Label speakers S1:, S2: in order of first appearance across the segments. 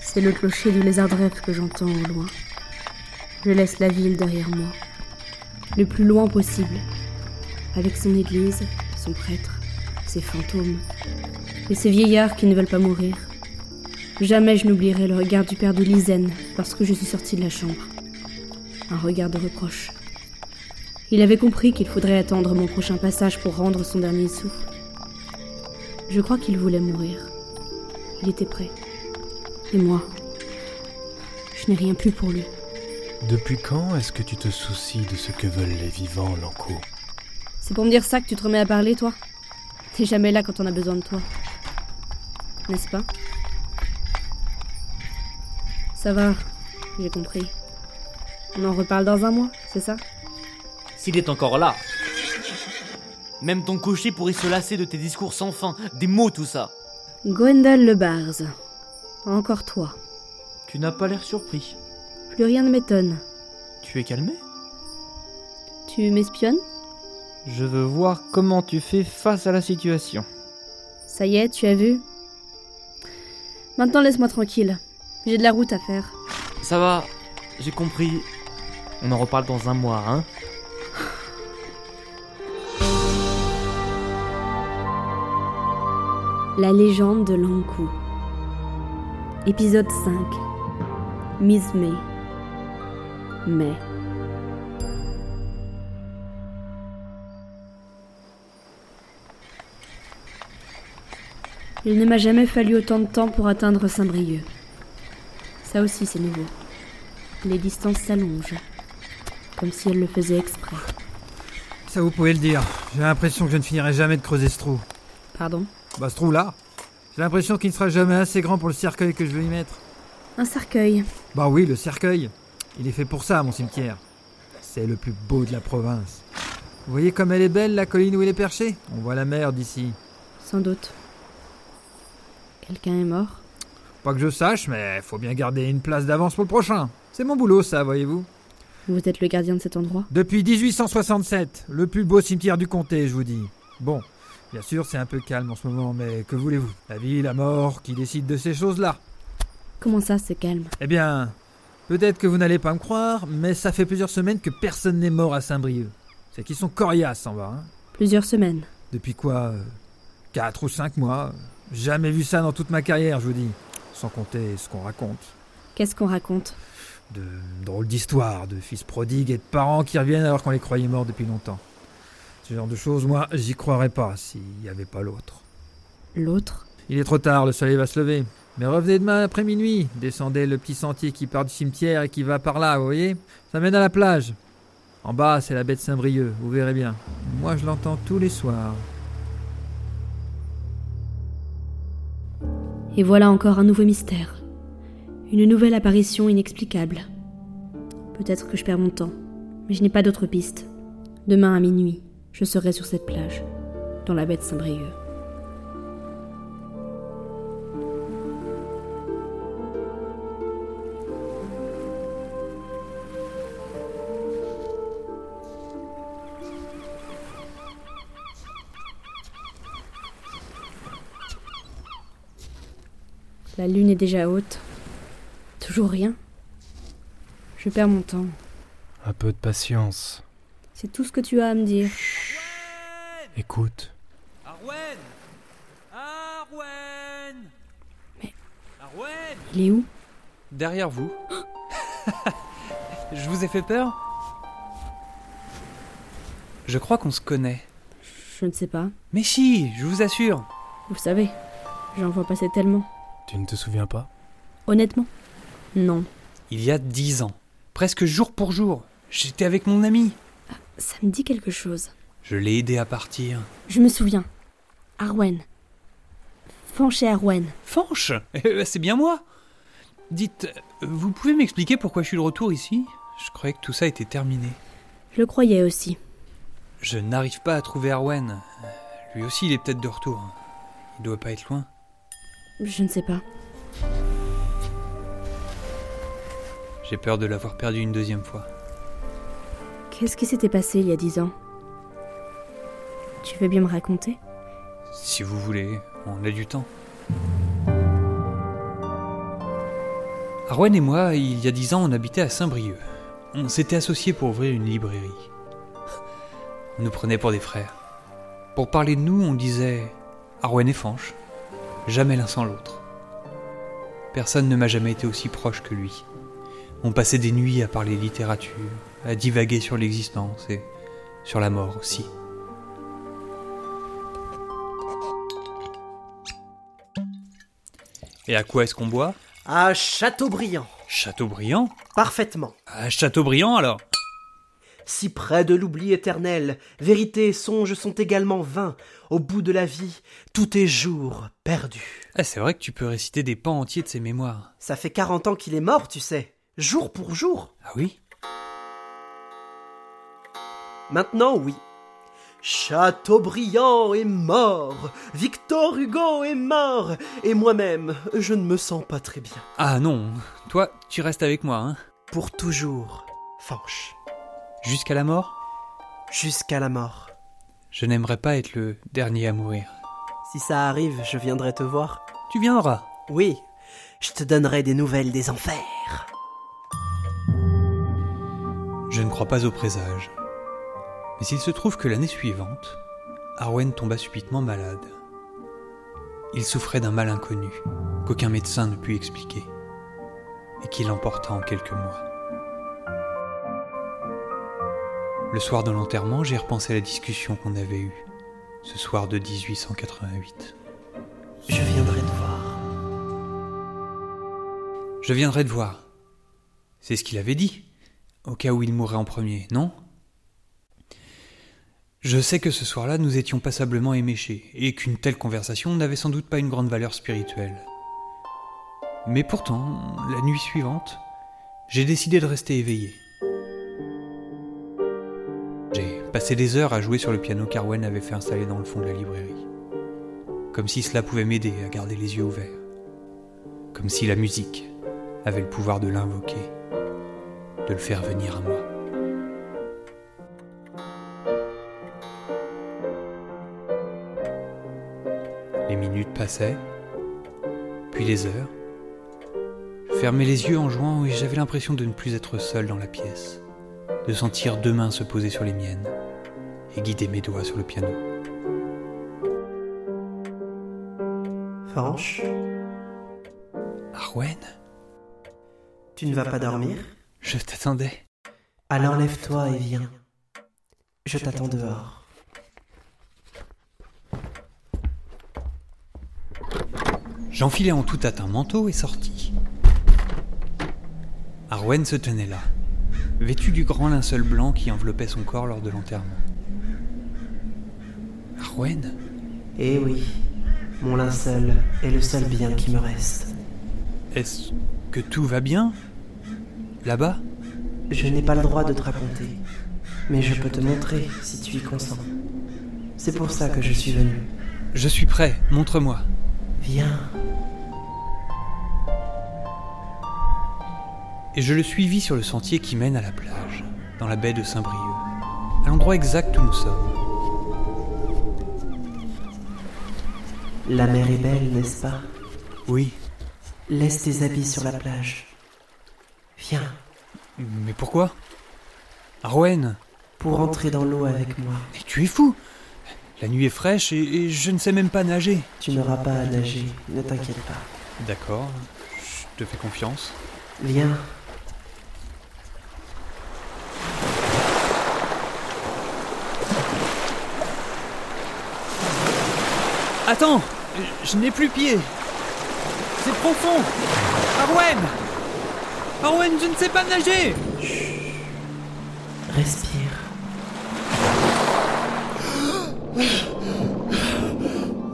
S1: C'est le clocher du lézard rêve que j'entends au loin. Je laisse la ville derrière moi, le plus loin possible, avec son église, son prêtre, ses fantômes, et ces vieillards qui ne veulent pas mourir. Jamais je n'oublierai le regard du père de Lizen lorsque je suis sortie de la chambre. Un regard de reproche. Il avait compris qu'il faudrait attendre mon prochain passage pour rendre son dernier souffle. Je crois qu'il voulait mourir. Il était prêt. Et moi, je n'ai rien plus pour lui.
S2: Depuis quand est-ce que tu te soucies de ce que veulent les vivants, Lanko
S1: C'est pour me dire ça que tu te remets à parler, toi T'es jamais là quand on a besoin de toi. N'est-ce pas Ça va, j'ai compris. On en reparle dans un mois, c'est ça
S3: S'il est encore là. Même ton cocher pourrait se lasser de tes discours sans fin, des mots, tout ça.
S1: Gwendal Le Barz. Encore toi.
S3: Tu n'as pas l'air surpris.
S1: Plus rien ne m'étonne.
S3: Tu es calmé
S1: Tu m'espionnes
S4: Je veux voir comment tu fais face à la situation.
S1: Ça y est, tu as vu Maintenant laisse-moi tranquille. J'ai de la route à faire.
S3: Ça va, j'ai compris. On en reparle dans un mois, hein
S1: La légende de Lankou. Épisode 5. Miss May. Mai. Il ne m'a jamais fallu autant de temps pour atteindre Saint-Brieuc. Ça aussi, c'est nouveau. Les distances s'allongent, comme si elles le faisaient exprès.
S5: Ça, vous pouvez le dire. J'ai l'impression que je ne finirai jamais de creuser ce trou.
S1: Pardon
S5: Bah, ce trou-là. J'ai l'impression qu'il ne sera jamais assez grand pour le cercueil que je veux y mettre.
S1: Un cercueil.
S5: Bah oui, le cercueil. Il est fait pour ça, mon cimetière. C'est le plus beau de la province. Vous voyez comme elle est belle, la colline où il est perché On voit la mer d'ici.
S1: Sans doute. Quelqu'un est mort
S5: Pas que je sache, mais faut bien garder une place d'avance pour le prochain. C'est mon boulot, ça, voyez-vous.
S1: Vous êtes le gardien de cet endroit
S5: Depuis 1867, le plus beau cimetière du comté, je vous dis. Bon, bien sûr, c'est un peu calme en ce moment, mais que voulez-vous La vie, la mort, qui décide de ces choses-là
S1: Comment ça, c'est calme
S5: Eh bien, peut-être que vous n'allez pas me croire, mais ça fait plusieurs semaines que personne n'est mort à Saint-Brieuc. C'est qu'ils sont coriaces en bas. hein.
S1: Plusieurs semaines.
S5: Depuis quoi euh, Quatre ou cinq mois Jamais vu ça dans toute ma carrière, je vous dis. Sans compter ce qu'on raconte.
S1: Qu'est-ce qu'on raconte
S5: de drôles d'histoires, de fils prodigues et de parents qui reviennent alors qu'on les croyait morts depuis longtemps. Ce genre de choses, moi, j'y croirais pas s'il n'y avait pas l'autre.
S1: L'autre
S5: Il est trop tard, le soleil va se lever. Mais revenez demain après minuit, descendez le petit sentier qui part du cimetière et qui va par là, vous voyez Ça mène à la plage. En bas, c'est la baie de Saint-Brieuc, vous verrez bien. Moi, je l'entends tous les soirs.
S1: Et voilà encore un nouveau mystère. Une nouvelle apparition inexplicable. Peut-être que je perds mon temps, mais je n'ai pas d'autre piste. Demain à minuit, je serai sur cette plage, dans la baie de Saint-Brieuc. La lune est déjà haute. Toujours rien. Je perds mon temps.
S2: Un peu de patience.
S1: C'est tout ce que tu as à me dire.
S2: Écoute.
S6: Arwen Arwen
S1: Mais-
S6: Arwen
S1: Il est où
S6: Derrière vous. Je vous ai fait peur Je crois qu'on se connaît.
S1: Je ne sais pas.
S6: Mais si, je vous assure
S1: Vous savez, j'en vois passer tellement.
S2: Tu ne te souviens pas
S1: Honnêtement Non.
S6: Il y a dix ans, presque jour pour jour, j'étais avec mon ami.
S1: Ça me dit quelque chose.
S6: Je l'ai aidé à partir.
S1: Je me souviens. Arwen. Fanchez Arwen.
S6: Fanche Eh, C'est bien moi Dites, euh, vous pouvez m'expliquer pourquoi je suis de retour ici Je croyais que tout ça était terminé.
S1: Je le croyais aussi.
S6: Je n'arrive pas à trouver Arwen. Euh, Lui aussi, il est peut-être de retour. Il doit pas être loin.
S1: Je ne sais pas.
S6: J'ai peur de l'avoir perdu une deuxième fois.
S1: Qu'est-ce qui s'était passé il y a dix ans Tu veux bien me raconter
S6: Si vous voulez, on a du temps. Rouen et moi, il y a dix ans, on habitait à Saint-Brieuc. On s'était associés pour ouvrir une librairie. On nous prenait pour des frères. Pour parler de nous, on disait Arwen et Fanche, jamais l'un sans l'autre. Personne ne m'a jamais été aussi proche que lui. On passait des nuits à parler littérature, à divaguer sur l'existence et sur la mort aussi. Et à quoi est-ce qu'on boit
S7: À Châteaubriand.
S6: Châteaubriand
S7: Parfaitement.
S6: À Châteaubriand alors
S7: Si près de l'oubli éternel, vérité et songe sont également vains. Au bout de la vie, tout est jour perdu.
S6: Ah, c'est vrai que tu peux réciter des pans entiers de ses mémoires.
S7: Ça fait 40 ans qu'il est mort, tu sais. Jour pour jour.
S6: Ah oui
S7: Maintenant, oui. Chateaubriand est mort, Victor Hugo est mort, et moi-même, je ne me sens pas très bien.
S6: Ah non, toi, tu restes avec moi, hein
S7: Pour toujours, Fanche,
S6: Jusqu'à la mort
S7: jusqu'à la mort.
S6: Je n'aimerais pas être le dernier à mourir.
S7: Si ça arrive, je viendrai te voir.
S6: Tu viendras.
S7: Oui, je te donnerai des nouvelles des enfers.
S6: Je ne crois pas aux présages. Mais il se trouve que l'année suivante, Arwen tomba subitement malade. Il souffrait d'un mal inconnu qu'aucun médecin ne put expliquer et qui l'emporta en quelques mois. Le soir de l'enterrement, j'ai repensé à la discussion qu'on avait eue ce soir de 1888.
S7: Je viendrai te voir.
S6: Je viendrai te voir. C'est ce qu'il avait dit, au cas où il mourrait en premier, non Je sais que ce soir-là, nous étions passablement éméchés, et qu'une telle conversation n'avait sans doute pas une grande valeur spirituelle. Mais pourtant, la nuit suivante, j'ai décidé de rester éveillé. J'ai passé des heures à jouer sur le piano qu'Arwen avait fait installer dans le fond de la librairie. Comme si cela pouvait m'aider à garder les yeux ouverts. Comme si la musique avait le pouvoir de l'invoquer, de le faire venir à moi. Les minutes passaient, puis les heures. Je fermais les yeux en jouant et j'avais l'impression de ne plus être seul dans la pièce, de sentir deux mains se poser sur les miennes et guider mes doigts sur le piano.
S7: Fanche,
S6: Arwen,
S7: tu ne vas pas dormir
S6: je t'attendais.
S7: Alors lève-toi et viens. Je t'attends dehors.
S6: J'enfilai en tout hâte un manteau et sortis. Arwen se tenait là, vêtue du grand linceul blanc qui enveloppait son corps lors de l'enterrement. Arwen
S7: Eh oui, mon linceul est le seul bien qui me reste.
S6: Est-ce que tout va bien Là-bas
S7: Je n'ai pas le droit de te raconter, mais je peux te montrer si tu y consens. C'est pour ça que je suis venu.
S6: Je suis prêt, montre-moi.
S7: Viens.
S6: Et je le suivis sur le sentier qui mène à la plage, dans la baie de Saint-Brieuc, à l'endroit exact où nous sommes.
S7: La mer est belle, n'est-ce pas
S6: Oui,
S7: Laisse tes habits sur la plage. Viens,
S6: mais pourquoi Arwen
S7: pour entrer dans l'eau avec moi.
S6: Mais tu es fou La nuit est fraîche et- et je ne sais même pas nager.
S7: Tu n'auras pas à nager, ne t'inquiète pas.
S6: D'accord, je te fais confiance.
S7: Viens.
S6: Attends, je n'ai plus pied. C'est profond. Arwen Arwen, je ne sais pas nager
S7: Respire.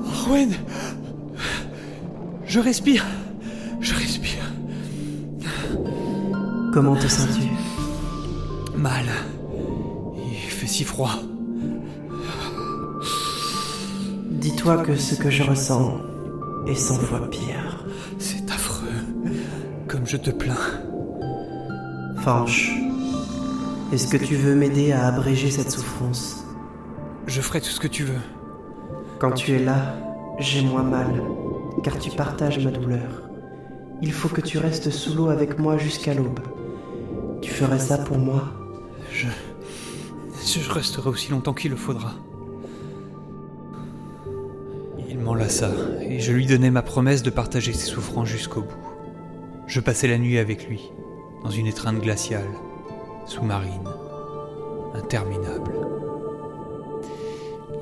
S6: Arwen Je respire. Je respire.
S7: Comment te sens-tu
S6: Mal. Il fait si froid.
S7: Dis-toi que ce que je ressens est cent fois pire.
S6: C'est affreux. Comme je te plains.
S7: Fanche, est-ce que tu veux m'aider à abréger cette souffrance
S6: Je ferai tout ce que tu veux.
S7: Quand tu es là, j'ai moins mal, car tu partages ma douleur. Il faut que tu restes sous l'eau avec moi jusqu'à l'aube. Tu ferais ça pour moi
S6: Je resterai aussi longtemps qu'il le faudra. Il m'enlaça, et je lui donnai ma promesse de partager ses souffrances jusqu'au bout. Je passai la nuit avec lui, dans une étreinte glaciale, sous-marine, interminable.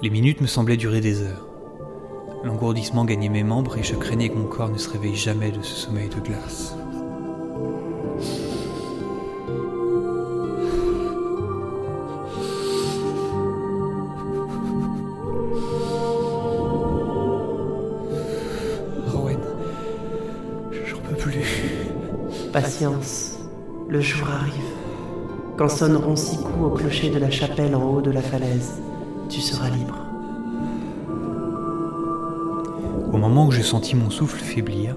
S6: Les minutes me semblaient durer des heures. L'engourdissement gagnait mes membres et je craignais que mon corps ne se réveille jamais de ce sommeil de glace. Rowan, j'en peux plus.
S7: Patience, le jour arrive. Quand sonneront six coups au clocher de la chapelle en haut de la falaise, tu seras libre.
S6: Au moment où je sentis mon souffle faiblir,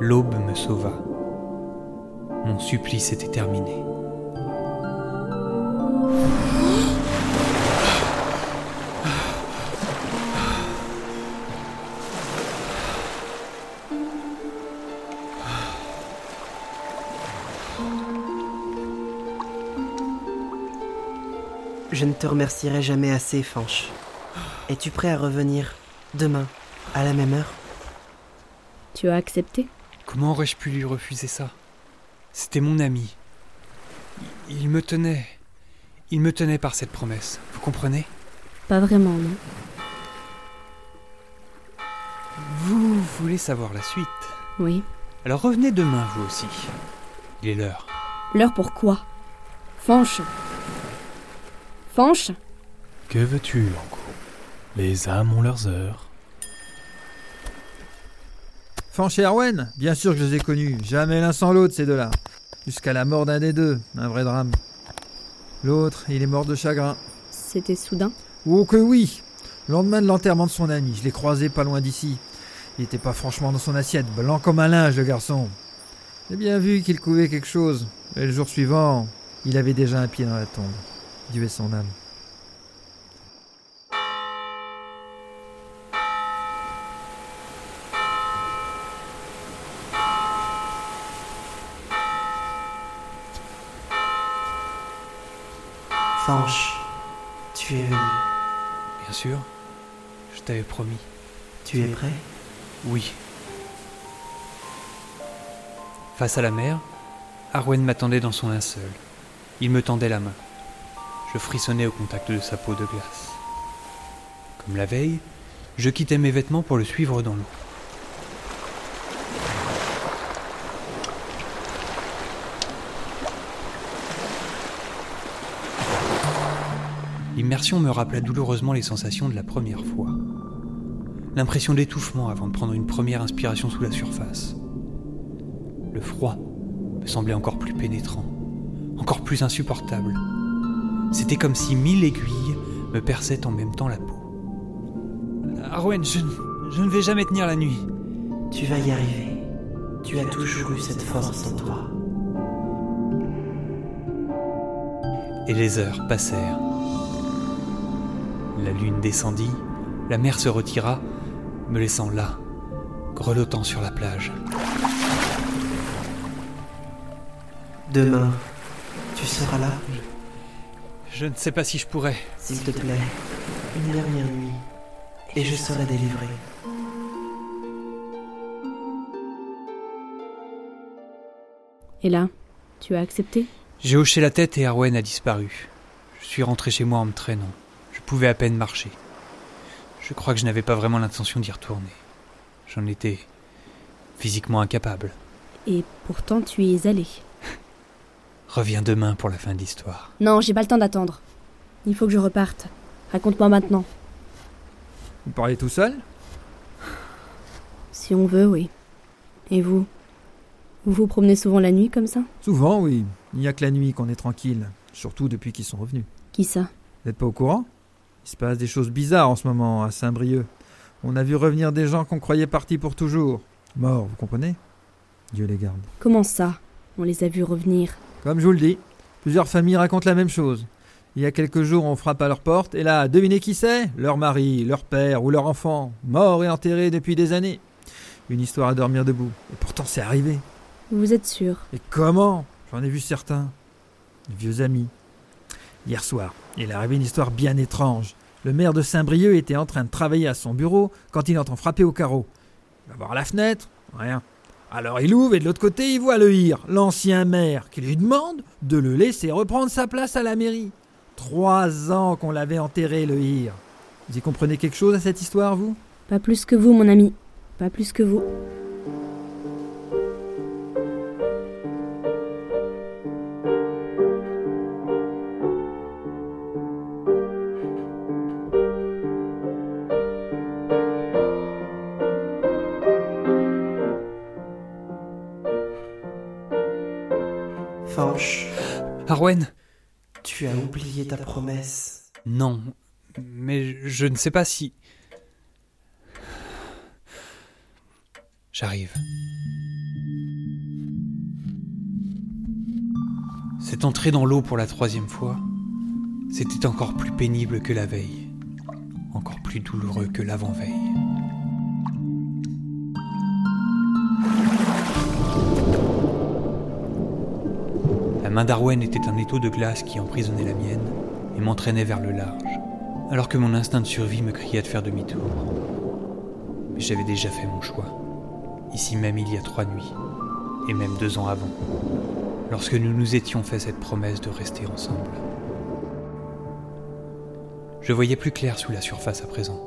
S6: l'aube me sauva. Mon supplice était terminé.
S7: Je ne te remercierai jamais assez, Fanch. Es-tu prêt à revenir demain, à la même heure
S1: Tu as accepté
S6: Comment aurais-je pu lui refuser ça C'était mon ami. Il il me tenait. Il me tenait par cette promesse. Vous comprenez
S1: Pas vraiment, non.
S6: Vous voulez savoir la suite
S1: Oui.
S6: Alors revenez demain, vous aussi. Il est l'heure.
S1: L'heure pour quoi Fanche Fanche
S2: Que veux-tu, Lanco Les âmes ont leurs heures.
S5: Fanch et Arwen Bien sûr que je les ai connus, jamais l'un sans l'autre ces deux-là. Jusqu'à la mort d'un des deux, un vrai drame. L'autre, il est mort de chagrin.
S1: C'était soudain
S5: Oh que oui Le lendemain de l'enterrement de son ami, je l'ai croisé pas loin d'ici. Il était pas franchement dans son assiette, blanc comme un linge le garçon. J'ai bien vu qu'il couvait quelque chose, et le jour suivant, il avait déjà un pied dans la tombe. Dieu est son âme.
S7: Fanch, tu es venu.
S6: Bien sûr. Je t'avais promis.
S7: Tu es prêt
S6: Oui. Face à la mer, Arwen m'attendait dans son linceul. Il me tendait la main. Je frissonnais au contact de sa peau de glace. Comme la veille, je quittais mes vêtements pour le suivre dans l'eau. L'immersion me rappela douloureusement les sensations de la première fois. L'impression d'étouffement avant de prendre une première inspiration sous la surface. Le froid me semblait encore plus pénétrant, encore plus insupportable. C'était comme si mille aiguilles me perçaient en même temps la peau. Arwen, je, ne- je ne vais jamais tenir la nuit.
S7: Tu vas y arriver. Tu as toujours eu cette force en toi.
S6: Et les heures passèrent. La lune descendit, la mer se retira, me laissant là, grelottant sur la plage.
S7: Demain, tu seras là,
S6: Je ne sais pas si je pourrais.
S7: s'il te plaît. Une dernière nuit, et je serai délivré.
S1: Et là, tu as accepté
S6: J'ai hoché la tête et Arwen a disparu. Je suis rentré chez moi en me traînant. Je pouvais à peine marcher. Je crois que je n'avais pas vraiment l'intention d'y retourner. J'en étais physiquement incapable.
S1: Et pourtant, tu y es allé.
S6: Reviens demain pour la fin de l'histoire.
S1: Non, j'ai pas le temps d'attendre. Il faut que je reparte. Raconte-moi maintenant.
S5: Vous parlez tout seul
S1: Si on veut, oui. Et vous Vous vous promenez souvent la nuit comme ça
S5: Souvent, oui. Il n'y a que la nuit qu'on est tranquille, surtout depuis qu'ils sont revenus.
S1: Qui ça
S5: Vous n'êtes pas au courant Il se passe des choses bizarres en ce moment à Saint-Brieuc. On a vu revenir des gens qu'on croyait partis pour toujours. Morts, vous comprenez Dieu les garde.
S1: Comment ça On les a vus revenir.
S5: Comme je vous le dis, plusieurs familles racontent la même chose. Il y a quelques jours, on frappe à leur porte, et là, devinez qui c'est Leur mari, leur père ou leur enfant, mort et enterré depuis des années. Une histoire à dormir debout. Et pourtant, c'est arrivé.
S1: Vous êtes sûr
S5: Et comment J'en ai vu certains. Des vieux amis. Hier soir, il est arrivé une histoire bien étrange. Le maire de Saint-Brieuc était en train de travailler à son bureau quand il entend frapper au carreau. Il va voir la fenêtre, rien. Alors il ouvre et de l'autre côté il voit le hir, l'ancien maire, qui lui demande de le laisser reprendre sa place à la mairie. Trois ans qu'on l'avait enterré le hir. Vous y comprenez quelque chose à cette histoire, vous
S1: Pas plus que vous, mon ami. Pas plus que vous.
S7: Fanche,
S6: Arwen
S7: tu as oublié ta promesse.
S6: Non, mais je ne sais pas si... J'arrive. Cette entrée dans l'eau pour la troisième fois, c'était encore plus pénible que la veille, encore plus douloureux que l'avant-veille. La main d'Arwen était un étau de glace qui emprisonnait la mienne et m'entraînait vers le large, alors que mon instinct de survie me criait de faire demi-tour. Mais j'avais déjà fait mon choix, ici même il y a trois nuits, et même deux ans avant, lorsque nous nous étions fait cette promesse de rester ensemble. Je voyais plus clair sous la surface à présent.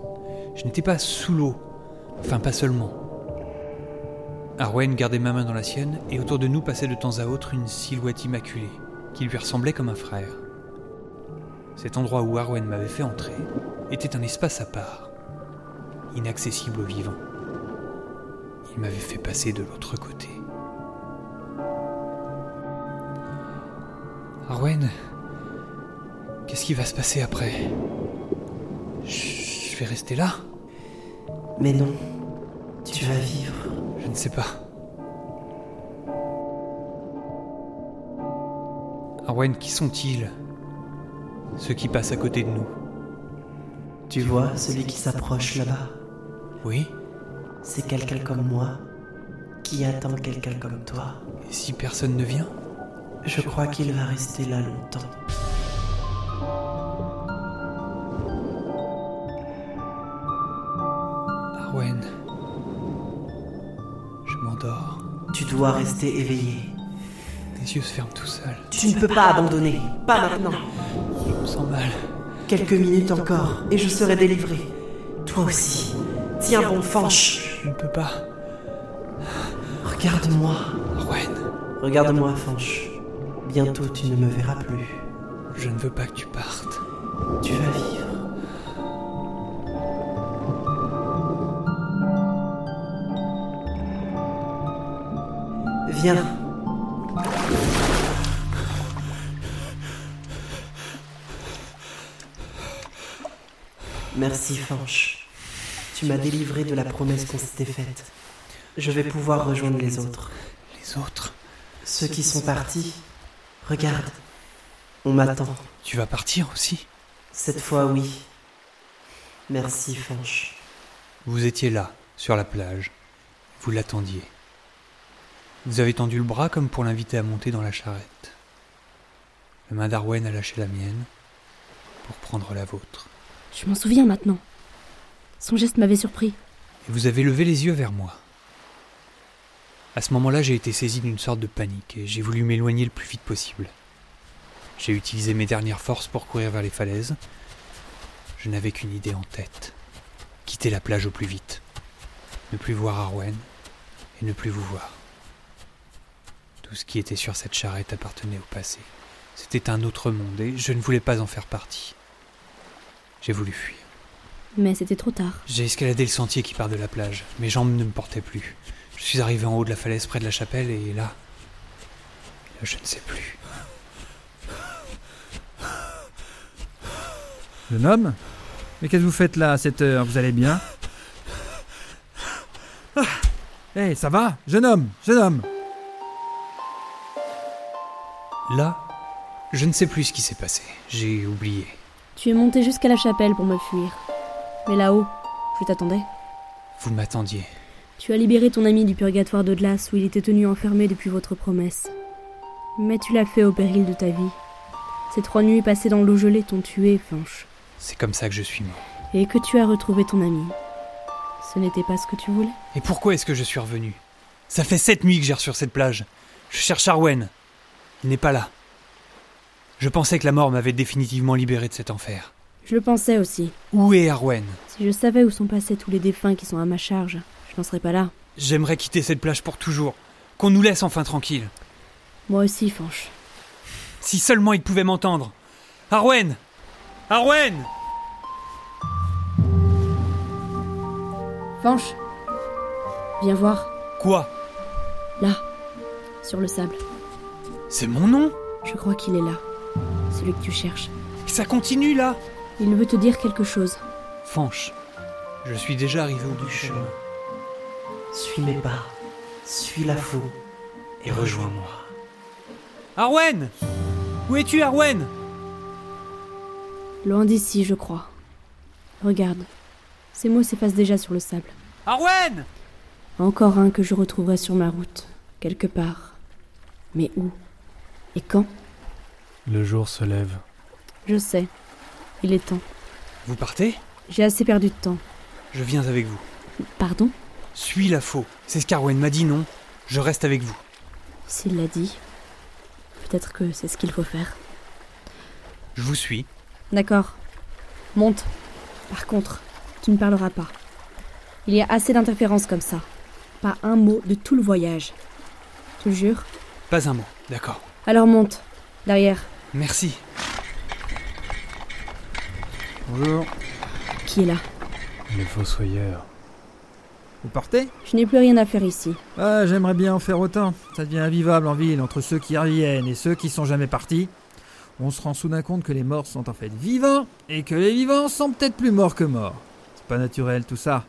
S6: Je n'étais pas sous l'eau, enfin pas seulement. Arwen gardait ma main dans la sienne et autour de nous passait de temps à autre une silhouette immaculée qui lui ressemblait comme un frère. Cet endroit où Arwen m'avait fait entrer était un espace à part, inaccessible aux vivants. Il m'avait fait passer de l'autre côté. Arwen, qu'est-ce qui va se passer après Je je vais rester là
S7: Mais non, tu vas vivre.
S6: Je ne sais pas. Arwen, qui sont-ils Ceux qui passent à côté de nous.
S7: Tu vois celui qui s'approche là-bas
S6: Oui
S7: C'est quelqu'un comme moi qui attend quelqu'un comme toi.
S6: Et si personne ne vient
S7: Je crois qu'il va rester là longtemps.
S6: Arwen. Ah, Je m'endors.
S7: Tu dois rester éveillé.
S6: Les yeux se ferment tout seuls.
S7: Tu ne peux pas abandonner. Pas maintenant.
S6: Je me sens mal.
S7: Quelques minutes encore et je serai délivré. Toi aussi. Tiens bon Fanche.
S6: Je ne peux pas. Ah,
S7: Regarde-moi.
S6: Arwen,
S7: Regarde-moi Fanche. Bientôt tu ne me verras plus.
S6: je ne veux pas que tu partes.
S7: Tu vas vivre. Viens. Merci Fanche. Tu m'as délivré de la promesse qu'on s'était faite. Je vais pouvoir rejoindre les autres.
S6: Les autres
S7: Ceux qui sont partis, regarde. On m'attend.
S6: Tu vas partir aussi
S7: Cette fois, oui. Merci, Fanche.
S6: Vous étiez là, sur la plage. Vous l'attendiez. Vous avez tendu le bras comme pour l'inviter à monter dans la charrette. La main d'Arwen a lâché la mienne pour prendre la vôtre.
S1: Je m'en souviens maintenant. Son geste m'avait surpris.
S6: et vous avez levé les yeux vers moi. À ce moment-là, j'ai été saisi d'une sorte de panique et j'ai voulu m'éloigner le plus vite possible. J'ai utilisé mes dernières forces pour courir vers les falaises. Je n'avais qu'une idée en tête. Quitter la plage au plus vite. Ne plus voir Arwen et ne plus vous voir. Tout ce qui était sur cette charrette appartenait au passé. C'était un autre monde et je ne voulais pas en faire partie. J'ai voulu fuir.
S1: Mais c'était trop tard.
S6: J'ai escaladé le sentier qui part de la plage. Mes jambes ne me portaient plus. Je suis arrivé en haut de la falaise près de la chapelle et là. Là, je ne sais plus.
S5: Jeune homme Mais qu'est-ce que vous faites là à cette heure Vous allez bien Eh, ça va Jeune homme Jeune homme
S6: Là, je ne sais plus ce qui s'est passé. J'ai oublié.
S1: Tu es monté jusqu'à la chapelle pour me fuir. Mais là-haut, je t'attendais.
S6: Vous m'attendiez.
S1: Tu as libéré ton ami du purgatoire de glace où il était tenu enfermé depuis votre promesse. Mais tu l'as fait au péril de ta vie. Ces trois nuits passées dans l'eau gelée t'ont tué, Fanche,
S6: C'est comme ça que je suis mort.
S1: et que tu as retrouvé ton ami. Ce n'était pas ce que tu voulais.
S6: Et pourquoi est-ce que je suis revenu Ça fait sept nuits que j'erre sur cette plage. Je cherche Arwen. Il n'est pas là. Je pensais que la mort m'avait définitivement libéré de cet enfer.
S1: Je le pensais aussi.
S6: Où est Arwen
S1: Si je savais où sont passés tous les défunts qui sont à ma charge, je n'en serais pas là.
S6: J'aimerais quitter cette plage pour toujours. Qu'on nous laisse enfin tranquille.
S1: Moi aussi, Fanche.
S6: Si seulement il pouvait m'entendre. Arwen Arwen
S1: Fanche Viens voir,
S6: Quoi
S1: là, sur le sable.
S6: C'est mon nom
S1: Je crois qu'il est là. Celui que tu cherches.
S6: Ça continue là
S1: Il veut te dire quelque chose.
S6: Fanche, je suis déjà arrivé au bout du chemin.
S7: Suis mes pas, suis la foule et rejoins-moi.
S6: Arwen Où es-tu Arwen
S1: Loin d'ici, je crois. Regarde. Ces mots s'effacent déjà sur le sable.
S6: Arwen
S1: Encore un que je retrouverai sur ma route, quelque part. Mais où Et quand
S2: Le jour se lève.
S1: Je sais. Il est temps.
S6: Vous partez
S1: J'ai assez perdu de temps.
S6: Je viens avec vous.
S1: Pardon
S6: Suis la faux. C'est ce qu'Arwen m'a dit, non Je reste avec vous.
S1: S'il l'a dit. Peut-être que c'est ce qu'il faut faire.
S6: Je vous suis.
S1: D'accord. Monte. Par contre, tu ne parleras pas. Il y a assez d'interférences comme ça. Pas un mot de tout le voyage. Je te jure.
S6: Pas un mot, d'accord.
S1: Alors monte. Derrière.
S6: Merci.
S4: Bonjour.
S1: Qui est là
S2: Le fossoyeur.
S5: Vous partez
S1: Je n'ai plus rien à faire ici.
S5: Ah, j'aimerais bien en faire autant. Ça devient invivable en ville entre ceux qui reviennent et ceux qui sont jamais partis. On se rend soudain compte que les morts sont en fait vivants et que les vivants sont peut-être plus morts que morts. C'est pas naturel tout ça.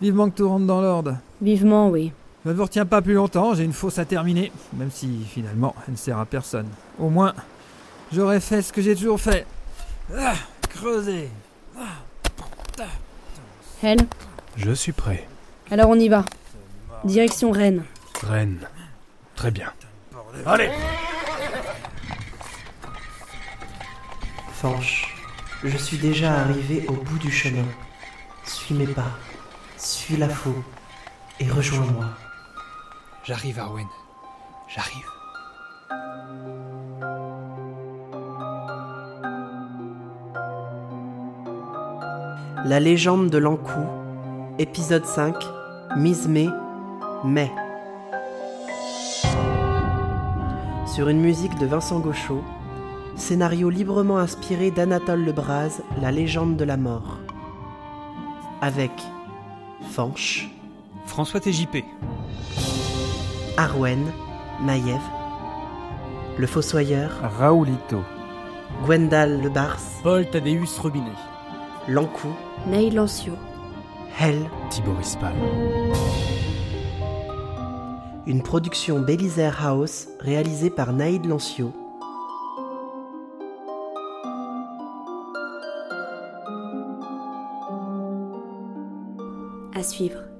S5: Vivement que tout rentre dans l'ordre.
S1: Vivement, oui.
S5: Je ne vous retiens pas plus longtemps, j'ai une fausse à terminer, même si finalement elle ne sert à personne. Au moins, j'aurais fait ce que j'ai toujours fait. Ah, creuser.
S1: Elle
S2: Je suis prêt.
S1: Alors on y va. Direction Rennes.
S2: Reine. Très bien.
S7: Fanche, je suis déjà arrivé au bout du chemin. Suis mes pas, suis la foule et rejoins-moi.
S6: J'arrive, Arwen. J'arrive.
S7: La légende de l'Ankou, épisode 5, mise mai, mai. Sur une musique de Vincent Gauchot, scénario librement inspiré d'Anatole Lebras, La légende de la mort. Avec Fanche,
S6: François TJP.
S7: Arwen, Maïev, Le Fossoyeur,
S4: Raoulito.
S7: Gwendal Lebars,
S3: Paul Thaddeus Robinet.
S7: L'Ankou,
S1: Neil Lancio.
S7: Hell,
S2: Tiboris Palm.
S7: une production Bélisaire House réalisée par Naïd Lancio.
S1: À suivre.